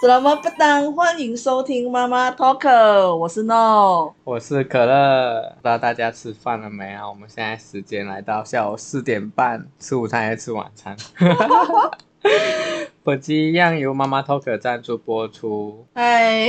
Selamat petang，欢迎收听妈妈 Talker，我是 No。我是可乐，不知道大家吃饭了没啊？我们现在时间来到下午四点半，吃午餐还是吃晚餐？ 本集一样由妈妈 Talk 赞助播出。嗨，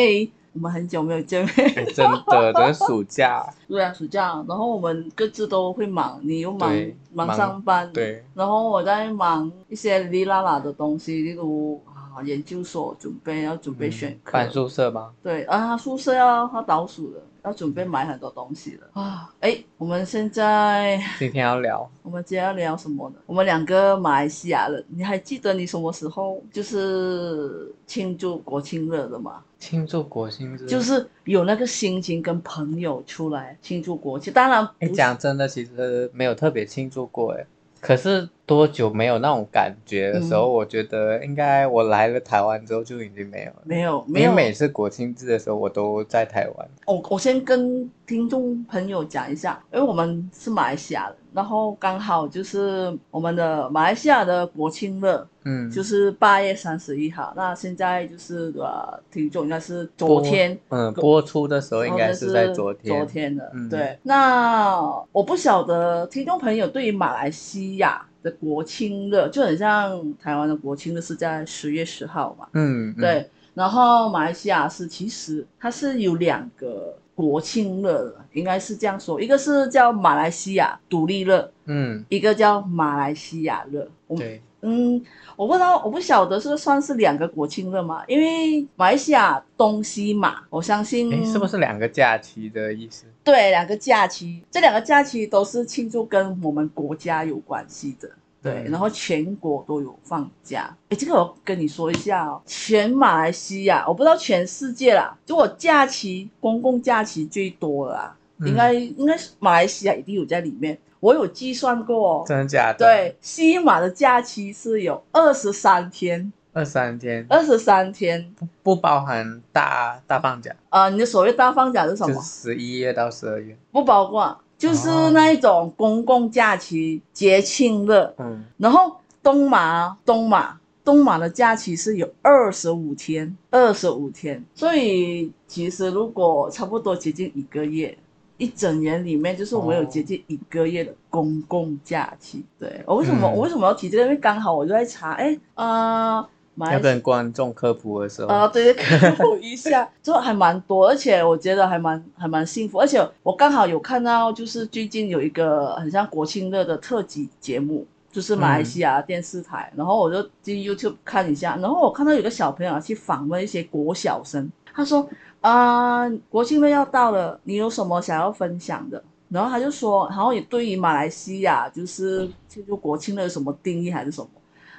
我们很久没有见哎面， 真的，等暑假，对啊，暑假，然后我们各自都会忙，你又忙对忙忙上班，，对，然后我在忙一些哩啦啦的东西，例如啊研究所准备要准备嗯选课，嗯办宿舍吗？对啊，宿舍要要倒数了，要准备买很多东西了啊。哎，我们现在今天要聊，我们今天要聊什么呢？我们两个马来西亚人，你还记得你什么时候就是庆祝国庆日的吗？庆祝国庆日，就是有那个心情跟朋友出来庆祝国庆。当然不哎，是讲真的，其实没有特别庆祝过哎。可是多久没有那种感觉的时候，嗯我觉得应该我来了台湾之后就已经没有了。没有没你有，每次国庆日的时候，我都在台湾。我我先跟听众朋友讲一下，因为我们是马来西亚人，然后刚好就是我们的马来西亚的国庆日嗯，就是八月三十一号，那现在就是呃，听众应该是昨天。嗯，播出的时候然应后该哦就是在昨天。昨天的，嗯对。那我不晓得听众朋友对于马来西亚的国庆日，就很像台湾的国庆日是在十月十号嘛，嗯，嗯，对。然后马来西亚是其实它是有两个国庆日的，应该是这样说，一个是叫马来西亚独立日，嗯，一个叫马来西亚日。我们对，嗯，我不知道，我不晓得是算是两个国庆日嘛，因为马来西亚东西嘛，我相信诶，是不是两个假期的意思？对两个假期，这两个假期都是庆祝跟我们国家有关系的。对，嗯然后全国都有放假。诶，这个我跟你说一下哦，全马来西亚，我不知道全世界啦，就我假期公共假期最多了啦，应该嗯应该是马来西亚一定有在里面。我有计算过哦，真的假的？，对，西马的假期是有二十三天，二三天二十三天。不包含大大放假，呃，你的所谓大放假是什就么是？十一月到十二月。不包括，就是那一种公共假期、节庆日。嗯，然后东马，东马，东马的假期是有二十五天，二十五天。所以其实如果差不多接近一个月。一整年里面，就是我们有哦接近一个月的公共假期。对，我为什么、嗯我为什么要提这个？因为刚好我就在查，哎，呃，马来要西亚跟观众科普的时候，啊，对，科普一 下，就还蛮多，而且我觉得还蛮还蛮幸福，而且我刚好有看到，就是最近有一个很像国庆日的特辑节目，就是马来西亚电视台，然后我就进 YouTube 看一下，然后我看到有个小朋友啊去访问一些国小生，他说啊、国庆日要到了，你有什么想要分享的？然后他就说，然后也对于马来西亚就是庆祝国庆日有什么定义还是什么？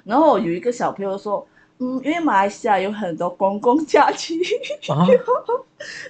然后有一个小朋友说，嗯，因为马来西亚有很多公共假期， 啊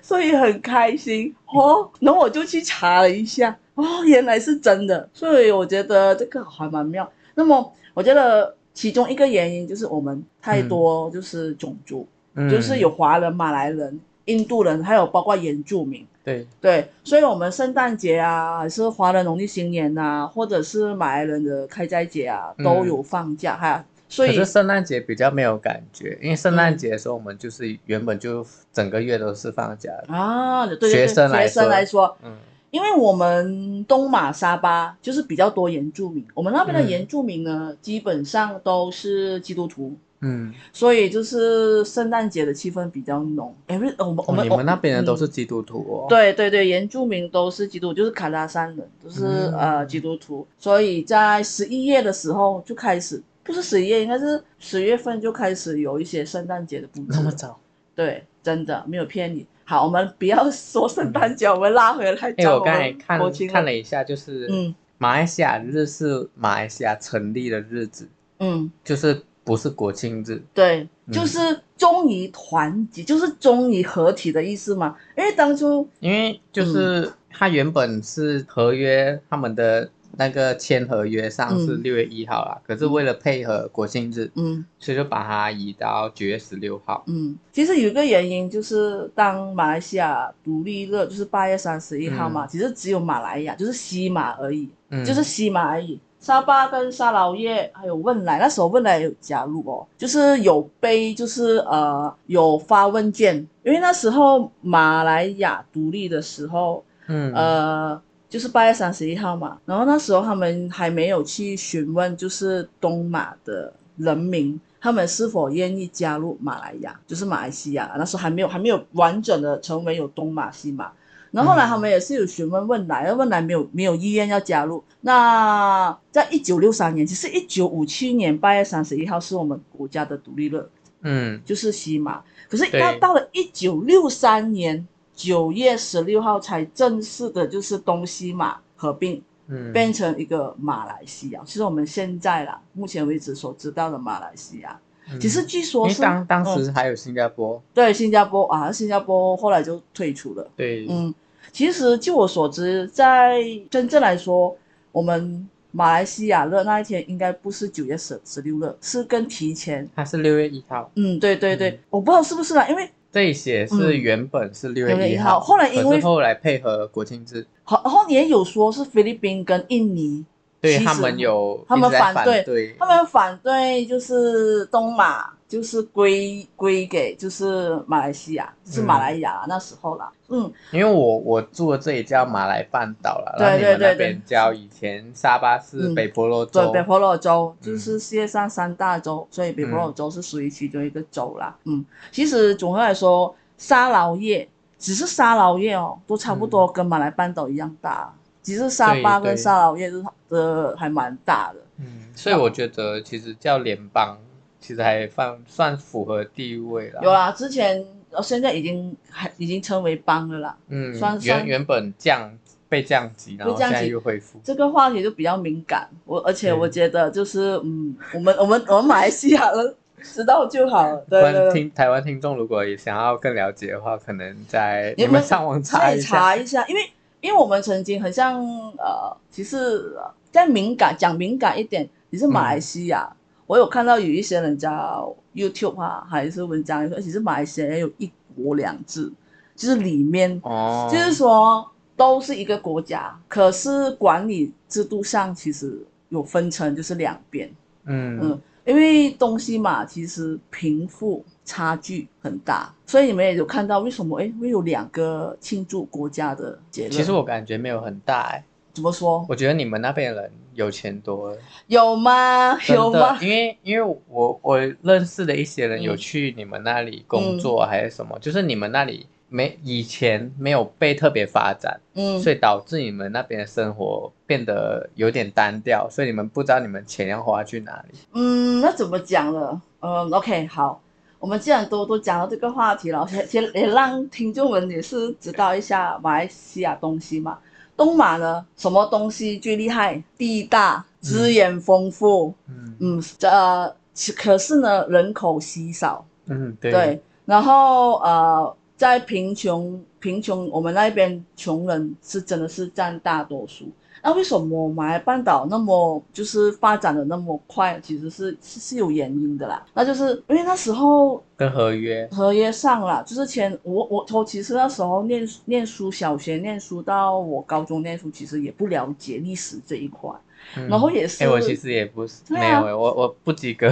所以很开心哦。然后我就去查了一下，哦，原来是真的，所以我觉得这个还蛮妙。那么我觉得其中一个原因就是我们太多就是种族，嗯就是有华人、马来人、印度人，还有包括原住民。对，对，所以我们圣诞节啊，还是华人农历新年呐、或者是马来人的开斋节啊，嗯都有放假哈、所可以是圣诞节比较没有感觉，因为圣诞节的时候我们就是原本就整个月都是放假的。啊，对对对，学生来学生说来说，嗯因为我们东马沙巴就是比较多原住民，我们那边的嗯原住民呢，基本上都是基督徒，嗯，所以就是圣诞节的气氛比较浓。哎，不是我们我哦们你们那边人都是嗯基督徒哦。对对对，原住民都是基督，就是卡拉山人，都是、嗯呃基督徒，所以在十一月的时候就开始，不是十一月，应该是十月份就开始有一些圣诞节的布置那么了。早？对，真的没有骗你。好，我们不要说圣诞节，我们拉回来哎、讲我刚才们看国庆看了一下，就是啊嗯马来西亚日是马来西亚成立的日子，嗯，就是不是国庆日。对，嗯就是终于团结，就是终于合体的意思嘛。因为当初因为嗯就是它原本是合约，他们的那个签合约上是嗯六月一号啦，可是为了配合国庆日，嗯所以就把它移到九月十六号。嗯，其实有一个原因就是，当马来西亚独立日就是八月三十一号嘛，其实只有马来亚，就是西马而已，嗯，就是西马而已。沙巴跟沙劳越还有汶莱，那时候汶莱有加入哦，就是有被就是呃有发问卷，因为那时候马来亚独立的时候，嗯，呃，就是八月三十一号嘛，然后那时候他们还没有去询问，就是东马的人民。他们是否愿意加入马来亚，就是马来西亚？那时候还没有还没有完整的成为有东马西马，然后后来他们也是有询问汶莱，而汶莱没有没有意愿要加入。那在一九六三年，其实一九五七年八月三十一号是我们国家的独立日，嗯，就是西马。可是对到到了一九六三年九月十六号才正式的就是东西马合并，嗯，变成一个马来西亚。其实我们现在啦，目前为止所知道的马来西亚，嗯其实据说因为是当当嗯时还有新加坡，对新加坡啊，新加坡后来就退出了。对，嗯，其实据我所知，在真正来说，我们马来西亚热那一天应该不是九月十十六日，是跟提前。它是六月一号，嗯，对对对，嗯我不知道是不是啦，因为这一写是原本是六嗯6月月1号号，后来因为可是后来配合国庆日，好，然后也有说是菲律宾跟印尼，对其实他们有他们一直在反反对对，他们反对就是东马，就是归归给就是马来西亚，就是马来亚啦、那时候啦，嗯，因为我我住的这里叫马来半岛了，对然后你对们对那对边叫以前沙巴是嗯北婆罗对洲，，北婆罗洲就嗯是世界上三大洲，所以北婆罗洲是属于其中一个州啦。嗯，其实总的来说，沙劳越只是沙劳越哦，都差不多跟马来半岛一样大。其实沙巴对跟对沙劳越是呃还蛮大的。嗯，所以我觉得其实叫联邦，其实还算算符合地位了，有，啊啦，之前呃现在已经还已经称为邦了啦。嗯算，算原原本降被降级，然后降现级在又恢复，这个话题就比较敏感，我而且对我觉得就是嗯，我们我们我们马来西亚人知道就好了，对对观对。听台湾听众如果也想要更了解的话，可能在你你们们上网查再一查下，一下，因为因为我们曾经很像呃，其实呃再敏感讲敏感一点，你是马来西亚，嗯我有看到有一些人家 YouTube 啊，还是文章说，其实马来西亚也有一国两制，就是里面、哦，就是说都是一个国家，可是管理制度上其实有分成，就是两边，嗯嗯，因为东西嘛，其实贫富差距很大，所以你们也有看到为什么哎会有两个庆祝国家的节日。其实我感觉没有很大哎、怎么说我觉得你们那边的人有钱多了，有吗？真有的吗，？因为因为我我认识的一些人嗯有去你们那里工作还是什么，就是你们那里没以前没有被特别发展，嗯所，以导致你们那边的生活变得有点单调，所以你们不知道你们钱要花去哪里。嗯，那怎么讲呢？嗯，OK，好，我们既然都都讲到这个话题了，先先也让听众们也是知道一下马来西亚东西嘛。东马呢，什么东西最厉害？地大，资源丰富，嗯嗯，这、呃其可是呢，人口稀少，嗯，对，对，然后呃，在贫穷贫穷，我们那边穷人是真的是占大多数。那为什么马来半岛那么就是发展的那么快？其实是是是有原因的啦，那就是因为那时候呃跟合约，合约上啦，就是前我我我其实那时候念念书，小学念书到我高中念书，其实也不了解历史这一块，嗯然后也是、哎、我其实也不是、对啊没有、哎，我我不 及格，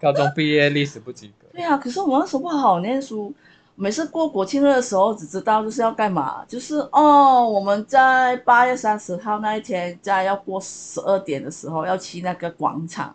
高中毕业历史不及格。对啊，可是我那时候不好好念书，每次过国庆日的时候，只知道就是要干嘛，就是哦，我们在八月三十号那一天，在要过十二点的时候，要去那个广场。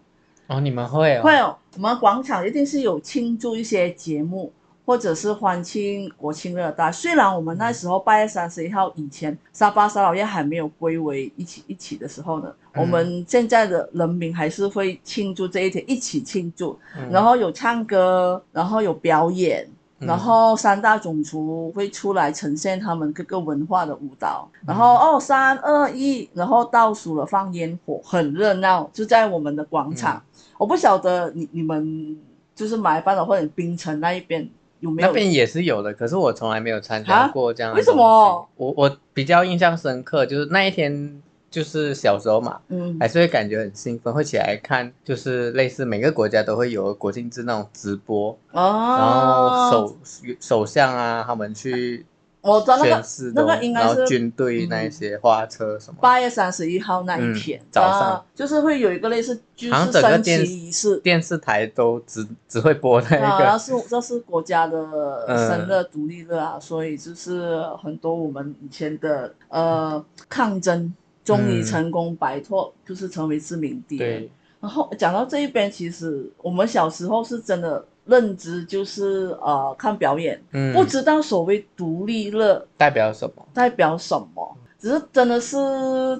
哦，你们会哦，会有我们广场一定是有庆祝一些节目，或者是欢庆国庆日的大。虽然我们那时候八月三十一号以前，沙巴沙老越还没有归为一起一起的时候呢，嗯我们现在的人民还是会庆祝这一天，一起庆祝。嗯然后有唱歌，然后有表演，嗯然后三大种族会出来呈现他们各个文化的舞蹈，嗯然后哦三二一，然后倒数了放烟火，很热闹，就在我们的广场。嗯我不晓得你你们就是马来半岛或者槟城那一边有没那有？边也是有的，可是我从来没有参加啊过这样的为什东西么？我我比较印象深刻，就是那一天，就是小时候嘛，嗯还是会感觉很兴奋，会起来看，就是类似每个国家都会有国庆啊日那种直播，然后哦，首首相啊，他们去我哦知道那全个市那都，个应该然后是嗯军队那些花车什么，八月三十一号那一天、嗯早上啊就是会有一个类似就好是像整个升旗电仪式。电视台都只只会播 那啊，然后个，是这是国家的嗯生日、独立日啊，所以就是很多我们以前的呃抗争，终于嗯成功摆脱，就是成为知名敌人。对，然后讲到这一边，其实我们小时候是真的认知就是呃看表演，嗯，不知道所谓独立日代表什么，代表什么。只是真的是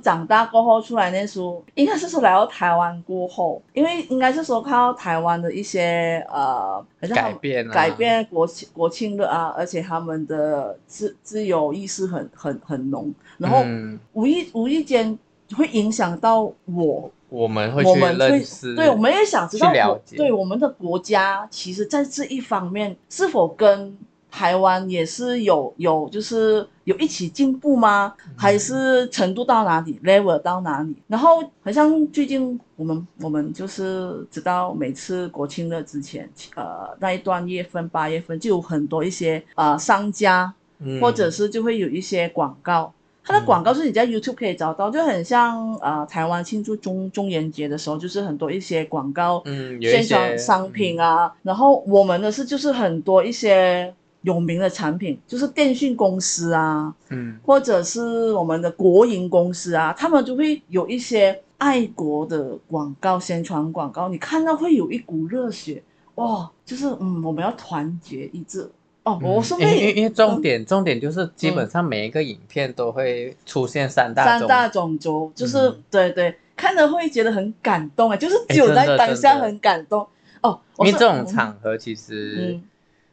长大过后出来念书，应该是说来到台湾过后，因为应该是说看到台湾的一些呃，好像他们改变啊，改，变国庆国庆的啊，而且他们的自自由意识很很很浓，然后嗯，无意无意间会影响到我，我们会我去们认会识，对，我们也想知道去了我解对我们的国家，其实在这一方面是否跟台湾也是有有就是有一起进步吗？还嗯是程度到哪里，level 到哪里？然后好像最近我们我们就是知道每次国庆日之前，呃那一段月份八月份就有很多一些呃商家嗯或者是就会有一些广告。它的广告是你在 YouTube 可以找到，就很像啊、呃台湾庆祝中中元节的时候，就是很多一些广告嗯，有一宣些嗯传商品，啊。然后我们的是就是很多一些有名的产品，就是电讯公司啊，嗯，或者是我们的国营公司啊，他们就会有一些爱国的广告、宣传广告，你看到会有一股热血，哇，就是嗯，我们要团结一致。哦，嗯我说不因为因为定因为重点重点就是基本上每一个影片都会出现三大三种大种族就是、嗯对对，看了会觉得很感动啊，就是哎只有真在的当真下的很感动。哦，我因为说这种嗯场合其实嗯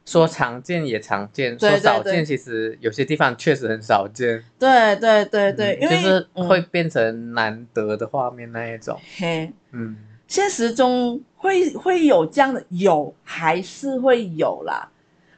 说常见也常见，对说少对对见其实有些地方确实很少见。对对对对，嗯因为就是会嗯、变成难得的画面那一种。嘿，嗯，现实中会会有这样的有，还是会有啦。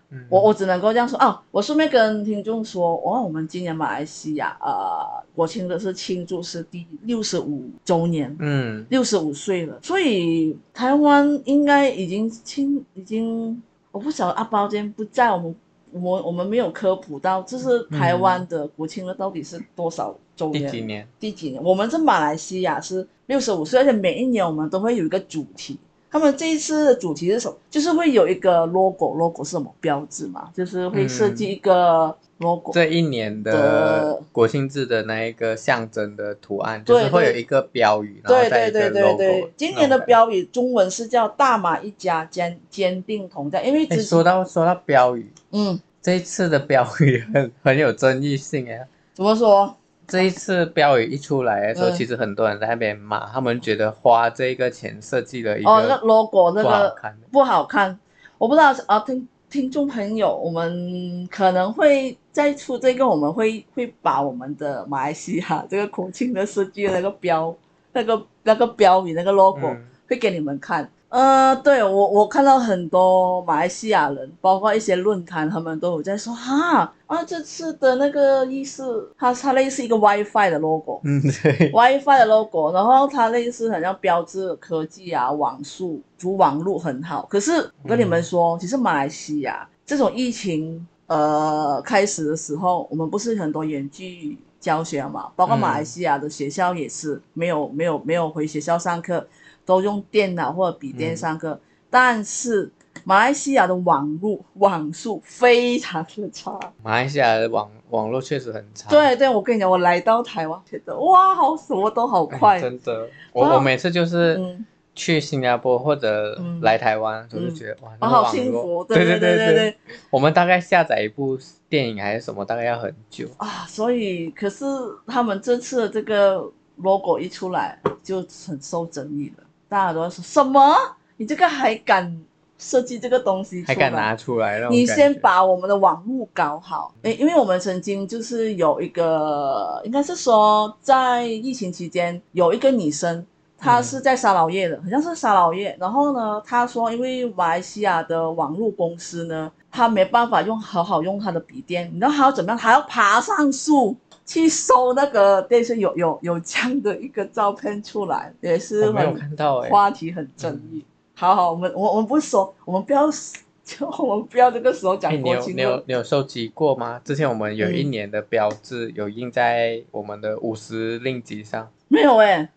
嗯我我只能够这样说哦。我顺便跟听众说，哦，我们今年马来西亚呃国庆的是庆祝是第六十五周年，嗯六十五岁了，所以台湾应该已经庆已经，我不晓得阿包今天不在，我们我们我们没有科普到，就是台湾的国庆日到底是多少周嗯第年？几年？第几年？我们这马来西亚是六十五岁，而且每一年我们都会有一个主题。他们这一次的主题是什么？就是会有一个 logo，logo 是什么标志嘛？就是会设计一嗯个 logo，、这一年的的国庆制的那一个象征的图案，就对是会有对一个标语，然后对再对一个对对对 logo。，今年的。标语中文是叫“大马一家，坚坚定同在”，因为哎，之说到说到标语，嗯，这一次的标语 很很有争议性哎。怎么说？这一次标语一出来的时候，嗯其实很多人在那边骂，他们觉得花这个钱设计了一哦，那个 logo 那不好个看的，不好看，我不知道啊，听听众朋友，我们可能会再出这个，我们会会把我们的马来西亚这个国庆的设计的那个标、那个那个标语、那个 logo、嗯 会给你们看。呃，对我我看到很多马来西亚人，包括一些论坛，他们都有在说哈啊，这次的那个意思，它它类似一个 WiFi 的 logo，嗯，对， WiFi 的 logo，然后它类似很像标志科技啊、网速、主网路很好。可是我跟你嗯们说，其实马来西亚这种疫情呃开始的时候，我们不是很多远距教学嘛，包括马来西亚的学校也是没有没有没有回学校上课，都用电脑或者笔电嗯上课。但是马来西亚的网路网速非常的差。马来西亚的网网络确实很差，对对，我跟你讲，我来到台湾，觉得哇，好什么都好哎，快。 真的。我哇我每次就是嗯去新加坡或者嗯来台湾，我就嗯觉得哇，那我个好网幸络福，哦对对对对对我们大概下载一部电影还是什么，大概要很久。啊！所以，可是他们这次的这个 logo 一出来就很受争议了，大家都在说什么？你这个还敢设计这个东西出还来？敢拿出来那种你感先觉嗯把我们的网络搞好，诶，因为我们曾经就是有一个，应该是说在疫情期间有一个女生，她是在沙劳越的，好像是沙劳越。然后呢，她说因为马来西亚的网络公司呢，她没办法用好好用她的笔电，你知道她要怎么样？她要爬上树。去搜那个电视有有有这样的一个照片出来，也是哦我没有很看到哎，话题很争议。好好，我们我我们不说，我们不要 就我们不要这个时候哎，讲你国有庆你日有。你有收集过吗？之前我们有一嗯年的标志有印在我们的五十令吉上，没有 哎、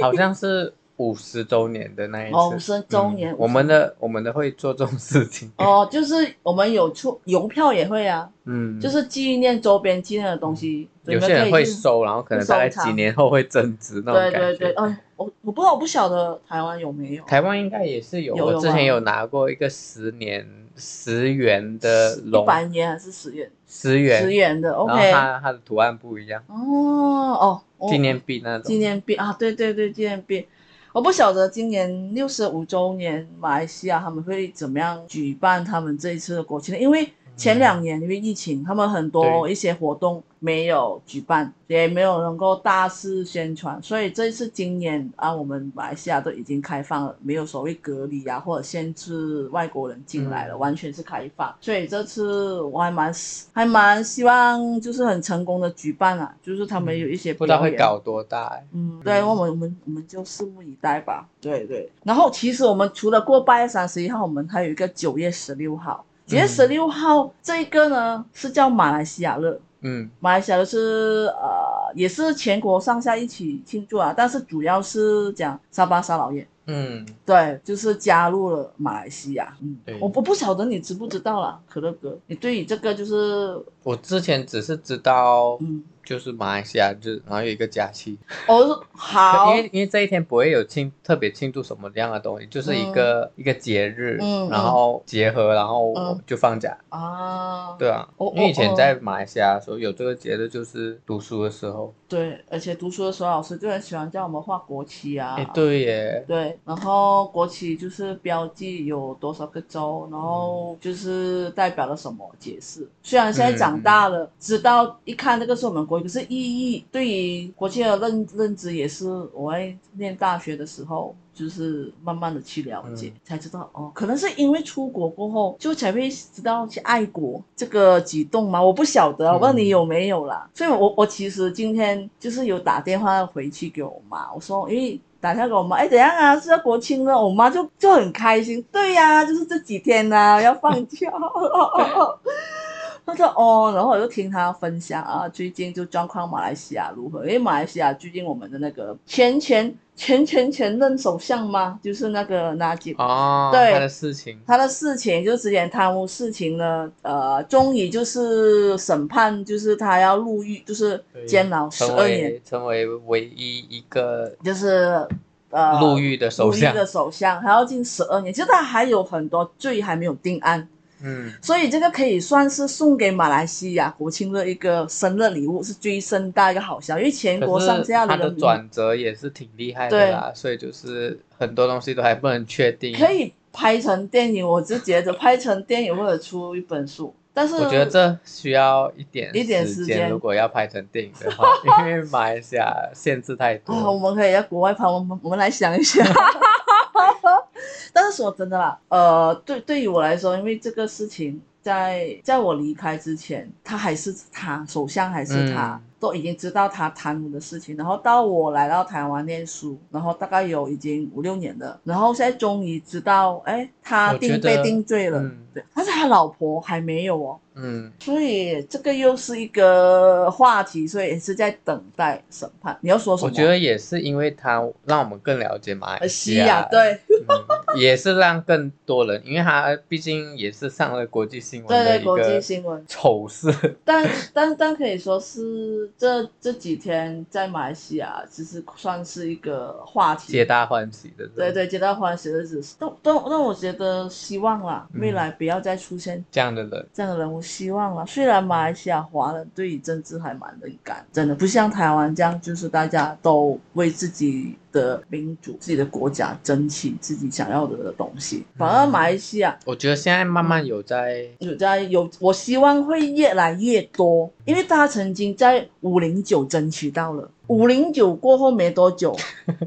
好像是五十周年的那一次。哦50周年嗯我们的我们的会做这种事情。哦，就是我们有出邮票也会啊，嗯，就是纪念周边纪念的东西，你有们些可人以会去收，然后可能大概收藏几年后会增值那种对感觉。对对，嗯，我我不知道，我不晓得台湾有没有。台湾应该也是有，有有我之吗前有拿过一个十年十元的一龙，百年还是十元？十元，十元的然后，OK。它它的图案不一样，哦哦，我纪念币那种。纪念币啊，对对对，纪念币。我不晓得今嗯年六十五周年马来西亚他们会怎么样举办他们这一次的国庆日，因为前两年因为疫情，他们很多对一些活动没有举办，也没有能够大肆宣传，所以这一次今年啊，我们马来西亚都已经开放了，没有所谓隔离啊或者限制外国人进来了，嗯完全是开放。所以这次我还蛮还蛮希望就是很成功的举办啊，就是他们有一些嗯不知道表会演搞多大、欸。嗯，对，我们我们我们就拭目以待吧。对对，然后其实我们除了过八月三十一号，我们还有一个九月十六号。九月十六号、这个呢是叫马来西亚乐，嗯马来西亚乐是呃也是全国上下一起庆祝啊，但是主要是讲沙巴沙老爷，嗯，对，就是加入了马来西亚。嗯对，我我不晓得你知不知道啦，可乐哥，你对于这个就是我之前只是知道嗯，就是马来西亚日，然后有一个假期，哦可好因，为因为这一天不会有庆特别庆祝什么样的东西，就是一个、一个节日，嗯嗯然后结合，然后嗯我就放假。啊，对啊，哦因为以前哦在马来西亚的时候有这个节日，就是读书的时候。对，而且读书的时候，老师就很喜欢叫我们画国旗啊。哎、对耶，对然后国旗就是标记有多少个州，然嗯后就是代表了什么解释。虽然现在长嗯大了，知道一看这个是我们国旗，可是意义对于国旗的认认知也是我在念大学的时候。就是慢慢的去了解，嗯才知道哦，可能是因为出国过后，就才会知道去爱国这个举动嘛。我不晓得，我不知道你嗯有有没有啦？所以我我其实今天就是有打电话回去给我妈，我说因为。打电话给我妈，哎，怎样啊？是要国庆了，我妈就就很开心。对呀、就是这几天呢、要放假。她说哦，然后我就听她分享啊，最近就状况马来西亚如何？因为马来西亚最近我们的那个前前前前前任首相嘛，就是那个纳吉哦，对他的事情，他的事情，就之前贪污事情呢，呃，终于就是审判，就是他要入狱，就是对监牢十成二年，为成为唯一一个就是呃入狱的首入狱相。的首相，还要进十二年，其实他还有很多罪还没有定案，嗯，所以这个可以算是送给马来西亚国庆的一个生日礼物，是最盛大一个好消息，因为全国可上是下他的的人民转折也是挺厉害的啦，所以就是很多东西都还不能确定。可，以拍成电影，我就觉得拍成电影或者出一本书，但是我觉得这需要一点一点时时间如果要拍成电影的 话，因为马来西亚限制太多。啊，我们可以在国外拍，我们我们来想一 下。但是说真的啦，呃，对对于我来说，因为这个事情在在我离开之前，他还是他首相还是他，嗯都已经知道他贪污的事情。然后到我来到台湾念书，然后大概有已经五六年了，然后现在终于知道，哎，他我定觉被得定罪了，嗯对，但是他老婆还没有哦。嗯，所以这个又是一个话题，所以也是在等待审判。你要说什么？我觉得也是因为他让我们更了解马来呃，西西亚对嗯，也是让更多人，因为他毕竟也是上了国际新闻对的对，一国际个新闻。丑 事。但但但可以说是这这几天在马来西亚，其实算是一个话题。皆大欢喜的。对，对，皆大欢喜的日子。但但但我觉得希望啦，嗯未来不要再出现这样的人，这样的人物，希望啦。虽然马来西亚华人对于政治还蛮敏感，真的不像台湾这样，就是大家都为自己的民主、自己的国家争取自己想要的东西。反嗯而马来西亚我觉得现在慢慢有在，有在有，我希望会越来越多，因为大家曾经在五零九争取到了，五零九过后没多久，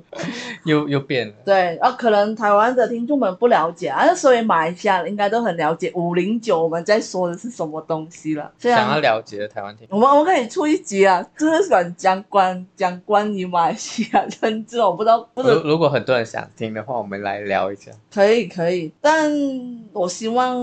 又又变了。对，啊，可能台湾的听众们不了解啊，所以马来西亚人应该都很了解五零九我们在说的是什么东西了。虽想要然了解的台湾听众，我们我们可以出一集啊，就是讲讲关讲关于马来西亚政治，我不知道不是如如果很多人想听的话，我们来聊一下。可以可以，但我希望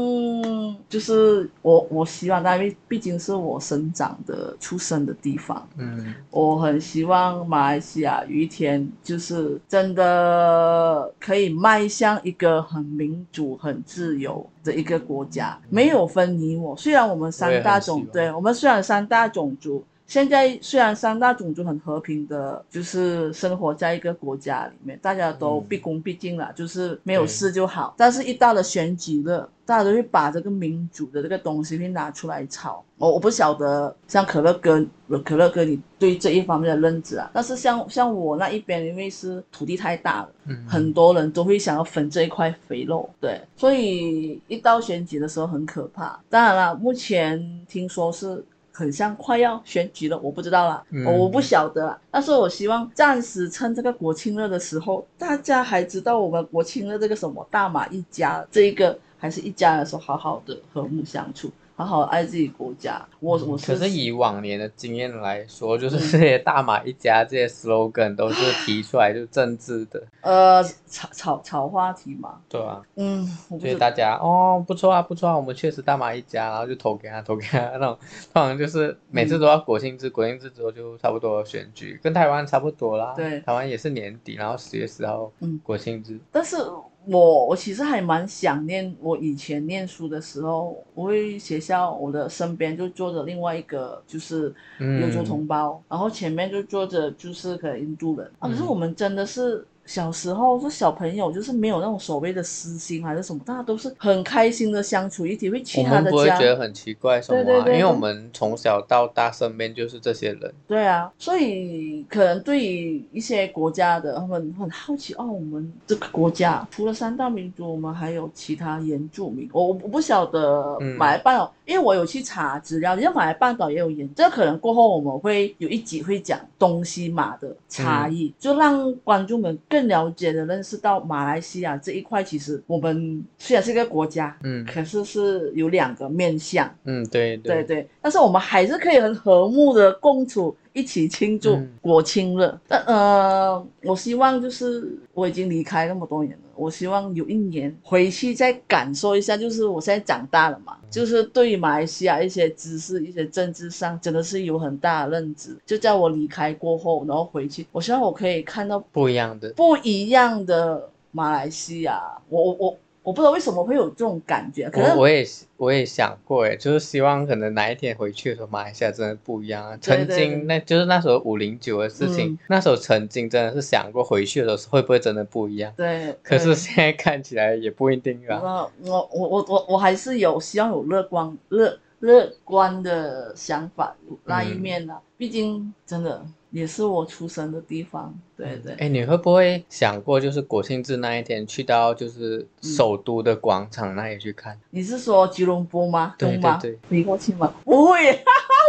就是我我希望，但因为毕竟是我生长的出生的地方，嗯，我很希望马来西亚有一天就是真的可以迈向一个很民主、很自由的一个国家，没有分你我。虽然我们嗯我也三很大希种望，对我们虽然三大种族。现在虽然三大种族很和平的，就是生活在一个国家里面，大家都嗯毕恭毕敬啦，就是没有对事就好。但是，一到了选举了，大家都会把这个民主的这个东西会拿出来炒。我我不晓得，像可乐哥，可乐哥，你对这一方面的认知啊？但是像像我那一边，因为是土地太大了，嗯很多人都会想要分这一块肥肉，对，所以一到选举的时候很可怕。当然啦，目前听说是很像快要选举了，我不知道啦，嗯我我不晓得啦。但是我希望暂时趁这个国庆日的时候，大家还知道我们国庆日这个什么大马一家这一个还是一家的时候，好好的和睦相处，好好地爱自己国家。我我嗯可是是以往年的经验来嗯说，就是这些大马一家这些 slogan 都是提出来就政治的，呃炒炒炒话题嘛，对啊，嗯，我不所以知大家哦不错啊不错啊，我们确实大马一家，然后就投给他投给他 那种，通常就是每嗯次都要国庆日，国庆日之后就差不多选举，跟台湾差不多啦，对台湾也是年底，然后十月十号嗯国庆日，但是我我其实还蛮想念我以前念书的时候，我会学校我的身边就坐着另外一个就是嗯，留族同胞，然后前面就坐着就是可能印度人啊。可是嗯我们真的是小时候是小朋友，就是没有那种所谓的私心还是什么，大家都是很开心的相处一起，会去我他们的不会家觉。得很奇怪什么、啊，对对对因为我对们从小到大身边就是这些人，对啊，所以可能对于一些国家的，他们很好奇哦，我们这个国家除了三大民族，我们还有其他原住民。我我不晓得嗯马来半岛，因为我有去查资料，你像马来半岛也有原，这可能过后我们会有一集会讲东西马的差异，就让观众们更了解的认识到马来西亚这一块，其实我们虽然是一个国家。嗯可是是有两个面向，嗯，对对对，但是我们还是可以很和睦的共处，一起庆祝嗯国庆日。但呃，我希望就是我已经离开那么多年了，我希望有一年回去再感受一下，就是我现在长大了嘛，就是对于马来西亚一些知识、一些政治上真的是有很大的认知。就在我离开过后，然后回去，我希望我可以看到不一样的，不一样的马来西亚。我我我我不知道为什么会有这种感觉，可能我我也我也想过哎，就是希望可能哪一天回去的时候，马来西亚真的不一样啊。对曾对对经那就是那时候五零九的事情，嗯那时候曾经真的是想过回去的时候会不会真的不一样，对，可是对现在看起来也不一定啊。那我我我我我还是有希望有乐观乐乐观的想法那一面嗯呢、毕竟真的也是我出生的地方，对对。哎，你会不会想过，就是国庆日那一天去到就是嗯首都的广场那里去看？你是说吉隆坡吗？对东吗？对对你过去吗？不会，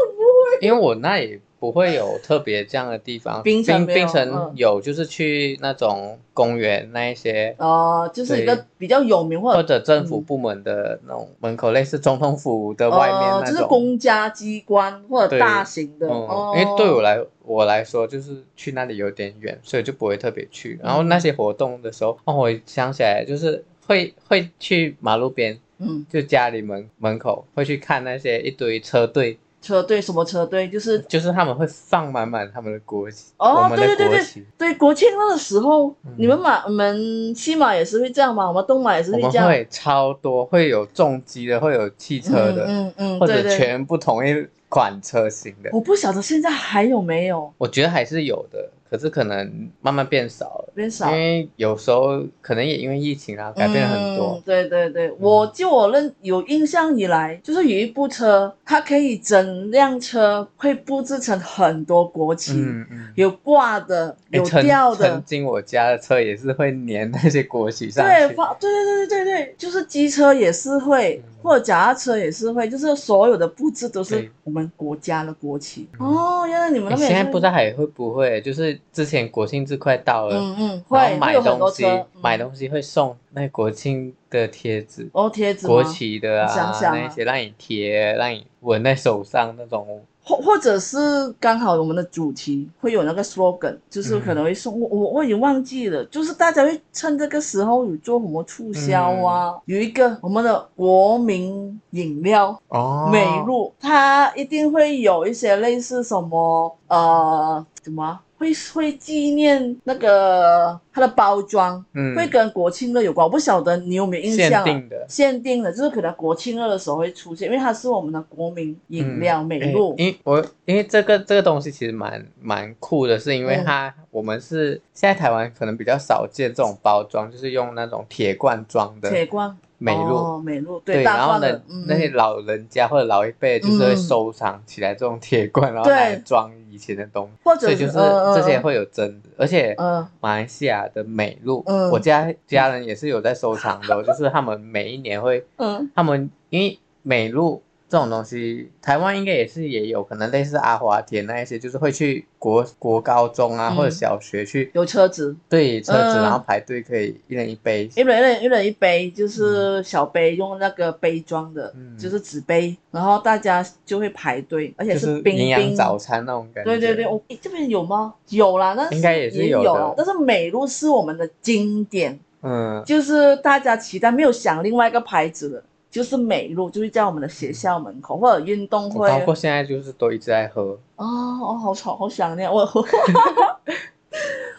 因为我那里不会有特别这样的地方，槟冰城没有冰城嗯有，就是去那种公园那一些，呃，就是一对个比较有名或者或者政府嗯部门的那种门口，类似总统府的外面呃，那就是种。公家机关或者对大型的。哦嗯，，因为对我来我来说，就是去那里有点远，所以就不会特别去。嗯然后那些活动的时候，哦，我想起来，就是会会去马路边，嗯，就家里门门口会去看那些一堆车队，车队什么车队？就是就是他们会放满满他们的国旗，哦我们的对对国对旗，对国庆那个时候，嗯你们马我们西马也是会这样吗？我们东马也是我会们这样。会超多，会有重机的，会有汽车的，嗯嗯嗯，或者对对全部同一款车型的。我不晓得现在还有没有我觉得还是有的，可是可能慢慢变少了，变少因，为有时候可能也因为疫情啊，嗯改变了很多嗯嗯。对对对，我就我认有印象以来，就是有一部车，它可以整辆车会布置成很多国旗，嗯哎嗯，有挂的，诶有曾吊的曾，经我家的车也是会粘那些国旗上对，去。放对对对对对对，就是机车也是会，嗯或者脚踏车也是会，就是所有的布置都是对我们国家的国旗。嗯哦，原来你们诶那边也现在是不知道还会不会，就是之前国庆日快到了，嗯嗯嗯，然后会会买有很东多西车，买嗯东西会送那国庆的贴纸，哦贴纸吗国旗的啊你想想啊那一些让你贴，让你纹在手上那种。或或者是刚好我们的主题会有那个 slogan，就是嗯可能会送、我我我已经忘记了，就是大家会趁这个时候有做什么促销啊，嗯有一个我们的国民饮料哦美露，它一定会有一些类似什么呃什么啊会会纪念那个它的包装。嗯，会跟国庆日有关，我不晓得你有没有印象、限啊？定的限定的，就是可能国庆日的时候会出现，因为它是我们的国民饮料、美露。嗯因为我因为这个这个东西其实蛮蛮酷的，是因嗯为它、我们是现在台湾可能比较少见这种包装，就是用那种铁罐装的铁罐美露。哦、美露对，大然后罐呢的，，嗯那些老人家或者老一辈就是会嗯收藏起来这种铁罐，然后对拿来装以前的东西，或者嗯所以就是这些，会有真的，而且呃呃马来西亚的美露，嗯我家家人也是有在收藏的哦，就是他们每一年会，嗯他们因为美露这种东西，台湾应该也是也有可能类似阿华田那一些，就是会去国国高中啊、嗯或者小学去有车子，对车子，嗯然后排队可以一人一杯，一人一人一人一杯，就是小杯，用那个杯装的，嗯就是纸杯，然后大家就会排队，而且就是冰营冰养早餐那种感觉。对对对，我、诶这边有吗？有啦，那应该也是也有的啦。但是美露是我们的经典，嗯，就是大家期待，没有想另外一个牌子了，就是美露，就是在我们的学校门口或者运动我会。包括现在就是都一直在喝，哦哦，好吵，好想念我。 我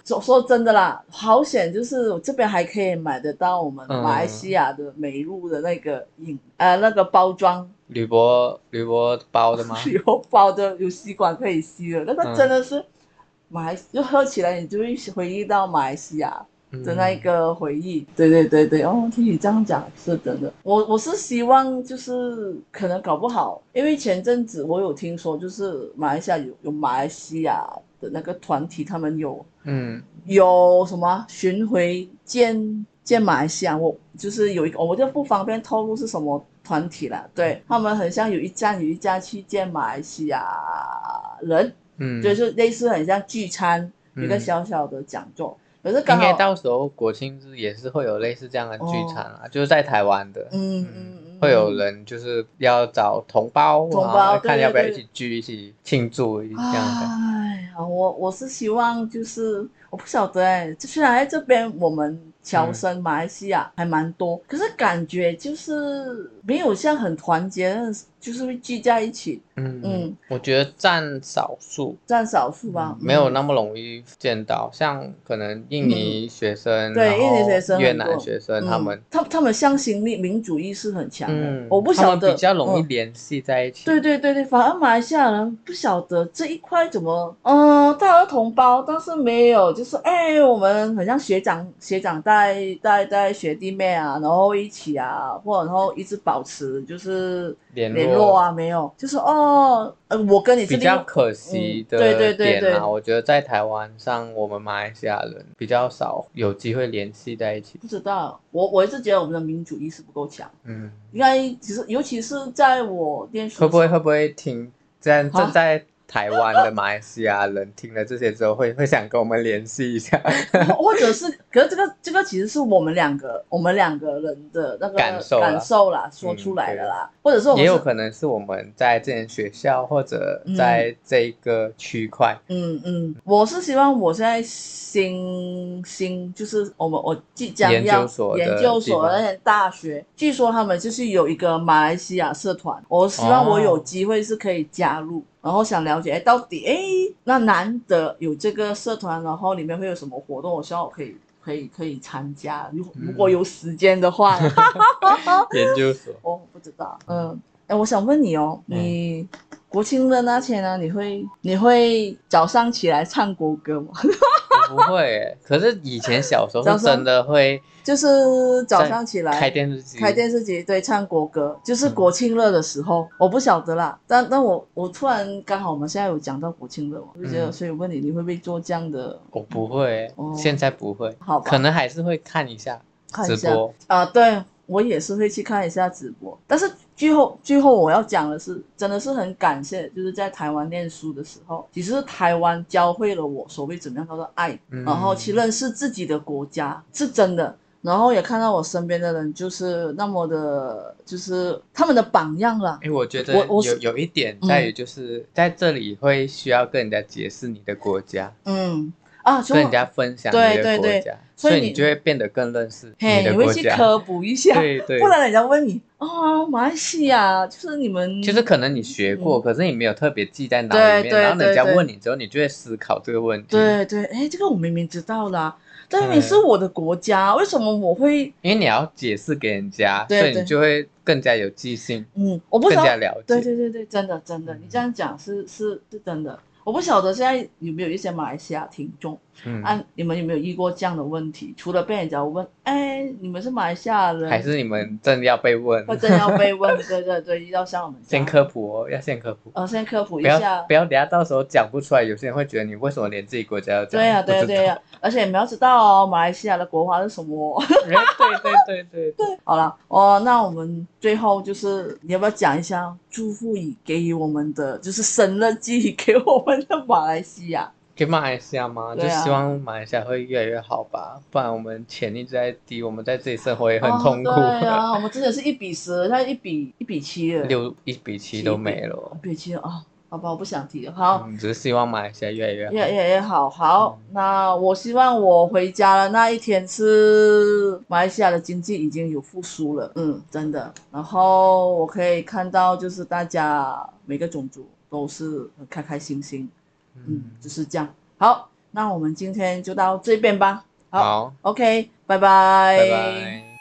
说说真的啦，好险，就是我这边还可以买得到我们嗯马来西亚的美露的那个饮、呃那个包装，铝箔铝箔 包的吗？有包的，有吸管可以吸的，那嗯个真的是马来，就喝起来你就会回忆到马来西亚。的嗯那一个回忆。对对对对，哦，听你这样讲是真的。我我是希望就是可能搞不好，因为前阵子我有听说，就是马来西亚有有马来西亚的那个团体，他们有嗯，有什么啊巡回见见马来西亚，我就是有一个，我就不方便透露是什么团体了。嗯对他们很像有一站有一家去见马来西亚人，嗯嗯，就是类似很像聚餐，有一个嗯小小的讲座。可是刚应好该到时候国庆日也是会有类似这样的聚餐哦啊，就是在台湾的，嗯嗯嗯嗯，会有人就是要找同胞，同胞然后对看对要不要一对起聚一起庆祝这样的。哎呀，我我是希望就是我不晓得哎，就虽然在这边我们侨嗯生马来西亚还蛮多，可是感觉就是没有像很团结，就是会聚在一起，嗯嗯，我觉得占少数，嗯占少数吧。嗯没有那么么容易见到，像可能印尼学生，嗯对然后印尼学生很越多嗯南学生他们，他他们向心力、民主意识很强的，嗯，我不他晓们得比较容易嗯联系在一起。对对对对，反而马来西亚人不晓得这一块怎么，嗯、大家都同胞，但是没有，就是哎，我们很像学长学长带带带学弟妹啊，然后一起啊，或者然后一直保持就是联络联络啊，没有，就是哦，呃，我跟你是比另较外可惜嗯的点对啊，对对对我觉得在台湾上，我们马来西亚人比较少有机会联系在一起。不知道，我我一直觉得我们的民主意识不够强，嗯，应该其实尤其是在我念书会的不会时候会不会听在啊正在台湾的马来西亚人听了这些之后，会会想跟我们联系一下或或者是，可是这个这个其实是我们两个我们两个人的那个感受啦嗯感受啦，说出来的啦，或者是我们也有是可能是我们在这间学校或者嗯在这一个区块，嗯嗯，我是希望我现在新新就是我们我即将研究要所的研究所地方那些大学，据说他们就是有一个马来西亚社团，我希望哦我有机会是可以加入。然后想了解，哎，到底哎，那难得有这个社团，然后里面会有什么活动？我希望我可以可以可以参加，如如果有时间的话。 研究所。我哦不知道，嗯，哎，我想问你哦，嗯你国庆的那天呢，你会你会早上起来唱国歌吗？ 我不会耶，可是以前小时候早是上真的会就是早上起来开电视机，嗯开电视机，对，唱国歌，就是国庆日的时候，我不晓得啦，但但我我突然刚好我们现在有讲到国庆日嘛，我就觉得，嗯所以问你，你会不会做这样的？我不会耶哦，现在不会，好吧可能还是会看一下看一直下播。啊，对我也是会去看一下直播。但是最后最后我要讲的是，真的是很感谢，就是在台湾念书的时候，其实台湾教会了我所谓怎么样叫做爱，嗯然后去认识自己的国家，是真的。然后也看到我身边的人就是那么的，就是他们的榜样了。哎，我觉得我我有是有一点嗯在于，就是、在这里会需要跟人家解释你的国家，嗯啊，所跟以人家分享对你的对国对家，所以你你就会变得更认识嘿，的你会国去家。科普一下， 对对不，然人家问你哦，马来西亚就是你们就是可能你学过，嗯可是你没有特别记在脑对里面，对然后人对家对问你之后，你就会思考这个问题。，对对，哎，这个我明明知道啦，这明嗯明是我的国家，为什么我会因为你要解释给人家，对所以对你就会更加有记性，嗯，我不更知道加，了解。对对对对，真的真的，你这样讲是是是真的。我不晓得现在有没有一些马来西亚听众，嗯，啊，你们有没有遇过这样的问题？除了被人家问，哎，你们是马来西亚人，还是你们真的要被问，或者要被问？对对对，遇到像我们这先样，科普哦，要先科普。呃，先科普不一要下不，要，等下到时候讲不出来，有些人会觉得你为什么连自己国家都讲对呀、不对呀、啊知对 呀、道而且你们要知道哦，马来西亚的国花是什么？哎对对对对对，好了，哦，那我们最后就是你要不要讲一下祝福语给予我们的，就是神的寄予给我们的马来西亚？给马来西亚吗？就对啊希望马来西亚会越来越好吧，不然我们潜力一直在低，我们在这里生活也很痛苦，哦、对 呀、我们真的是一比十，现在一比一比七了，六一比七都没了一。比七了啊、好吧，我不想提了。好，嗯，只是希望马来西亚越来越好。也也也好好、嗯那我希望我回家的那一天是马来西亚的经济已经有复苏了，嗯，真的。然后我可以看到，就是大家每个种族都是很开开心心。嗯，就是这样。好，那我们今天就到这边吧。好好， ，OK，拜拜，拜拜。